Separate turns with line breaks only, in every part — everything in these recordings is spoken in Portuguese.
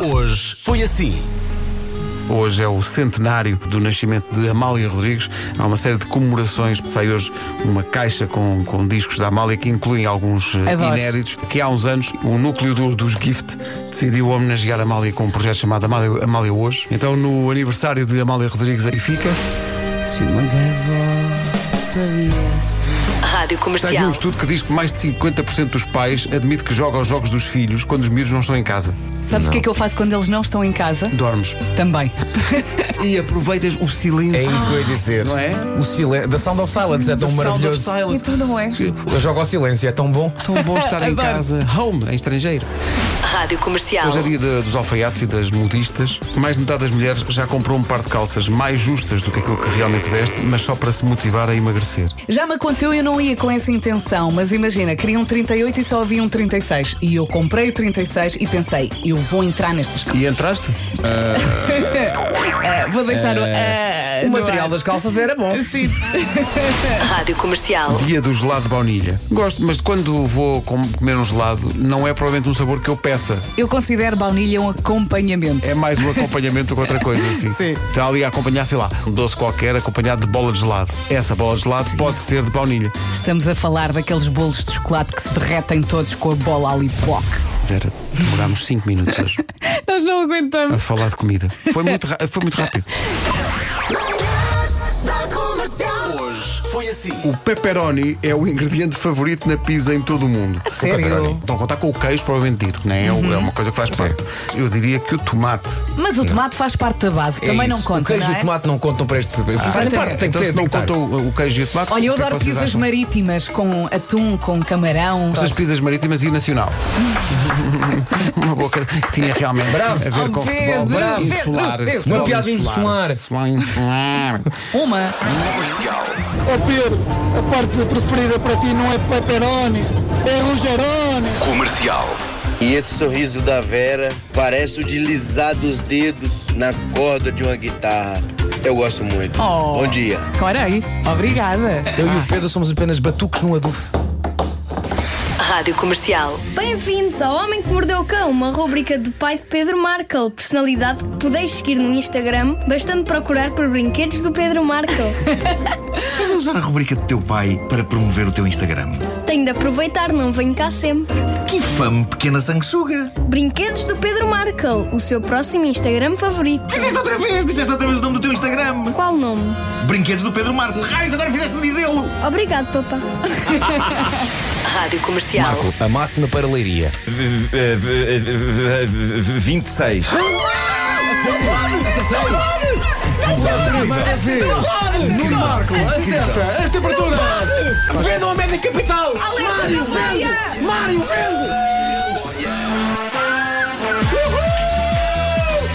Hoje foi assim. Hoje é o centenário do nascimento de Amália Rodrigues. Há uma série de comemorações. Sai hoje uma caixa com, com discos da Amália que incluem alguns eh,
Adoro.
inéditos. Que há uns anos o núcleo duro dos Gift decidiu homenagear a Amália com um projeto chamado Amália, Amália Hoje. Então, no aniversário de Amália Rodrigues, aí fica.
Se uma gaivota viesse.
Está aqui
Rádio
um
Comercial.
estudo que diz que mais de 50% dos pais admite que joga aos jogos dos filhos quando os miúdos não estão em casa.
Sabes o que é que eu faço quando eles não estão em casa?
Dormes.
Também.
E aproveitas o silêncio.
É isso que eu ia dizer.
Não é?
O silêncio. The Sound of Silence é tão maravilhoso.
Então não é?
Eu jogo ao silêncio, é tão bom.
Tão bom estar em casa, home, em estrangeiro.
Rádio Comercial.
Hoje é dia de- dos alfaiates e das modistas. Mais de metade das mulheres já comprou um par de calças mais justas do que aquilo que realmente veste, mas só para se motivar a emagrecer.
Já me aconteceu e eu não ia com essa intenção, mas imagina, queria um 38 e só havia um 36. E eu comprei o 36 e pensei, eu vou entrar nestas calças.
E entraste?
Ah, vou deixar o. ah,
Eh, O
no
material
ar.
das calças era bom.
Sim.
Rádio Comercial.
Dia do gelado de baunilha. Gosto, mas quando vou com- comer um gelado, não é provavelmente um sabor que eu peça.
Eu considero baunilha um acompanhamento.
É mais um acompanhamento do que outra coisa, assim.
Sim.
Está ali a acompanhar, sei lá, um doce qualquer acompanhado de bola de gelado. Essa bola de gelado pode ser de baunilha.
Estamos a falar daqueles bolos de chocolate que se derretem todos com a bola ali block.
Vera, demorámos 5 minutos hoje
Nós não
a
aguentamos.
falar de comida. Foi muito, ra- foi muito rápido. O pepperoni é o ingrediente favorito na pizza em todo o mundo.
Sério?
Estão a contar com o queijo, provavelmente dito, né? É
Uhum.
o- é uma coisa que faz parte. Eu diria que o tomate.
Mas o tomate faz parte da base,
É
também
isso.
não conta.
O queijo
não
e
é?
o tomate não contam para este. Fazem
então-
parte, Ah, tem que
então,
ter.
se não
tem que estar.
contam o o queijo e o tomate.
Olha, eu
o que é que
adoro
vocês
pizzas
acham?
marítimas com atum, com camarão.
Estas pizzas marítimas e nacional. Uma boca que tinha realmente
Bravo.
a ver com
Oh,
futebol.
Pedro,
Bravo.
Pedro,
Insular.
Pedro.
futebol
Uma piada
insular. Futebol insular.
Uma.
Ó Pedro, a parte preferida para ti não é pepperoni, é rugeroni.
E esse sorriso da Vera parece o deslizar dos dedos na corda de uma guitarra. Eu gosto muito.
Oh.
Bom dia.
Corei. Obrigada.
Eu e o Pedro somos apenas batucos num adufo.
Rádio Comercial.
Bem-vindos ao Homem que Mordeu o Cão, uma rúbrica do pai de Pedro Markel, personalidade que podeis seguir no Instagram, bastando procurar por brinquedos do Pedro Markel.
Estás a usar a rubrica do teu pai para promover o teu Instagram?
Tenho de aproveitar, não venho cá sempre.
Que infame pequena sanguessuga!
Brinquedos do Pedro Markel, o seu próximo Instagram favorito.
Dizeste Então outra vez! Dizeste outra vez o nome do teu Instagram!
Qual nome?
Brinquedos do Pedro Marco. Raios, agora fizeste-me dizê-lo!
Obrigado, papá.
Rádio Comercial.
A máxima para leiria.
26.
As temperaturas!
Vendam a média capital! Mário, vende! Mário, vende!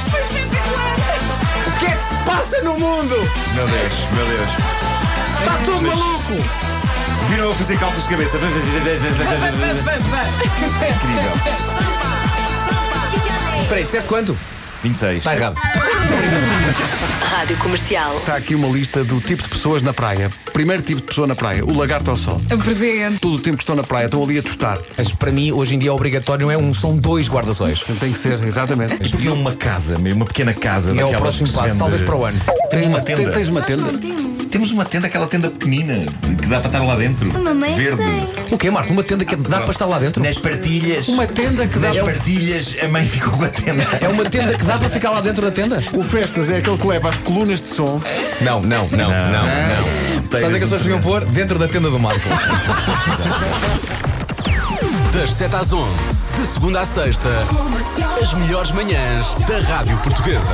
O que é que se passa no mundo?
Meu Deus, meu Deus.
Está tudo maluco!
Viram a fazer cálculos de cabeça. Incrível.
Peraí, disseste quanto?
26.
Está errado.
Rádio Comercial.
Está aqui uma lista do tipo de pessoas na praia. Primeiro tipo de pessoa na praia, o lagarto ao sol.
Presente.
Todo o tempo que estão na praia, estão ali a tostar.
Mas para mim, hoje em dia, obrigatório não é um, são dois guarda-sóis.
Portanto, Tem que ser, exatamente.
Mas pediam uma casa, mesmo, uma pequena casa.
É o
daquelas
próximo
que se
passo,
vende-
talvez para o ano.
Tens
uma
te-
tenda.
Tens uma tenda?
um
Temos uma tenda, aquela tenda pequenina, que dá para estar lá dentro.
A mamãe
Verde.
tem.
O quê, Marco? Uma tenda que dá para estar lá dentro?
Nas partilhas.
Uma tenda que dá
Nas
para.
partilhas, a mãe ficou com a tenda.
É uma tenda que dá para ficar lá dentro da tenda?
O Festas é aquele que leva as colunas de som.
Não, não, não, não, não. Sabe onde é que as pessoas deviam pôr? Dentro da tenda do Marco.
Das 7 às 11, de segunda à sexta, as melhores manhãs da Rádio Portuguesa.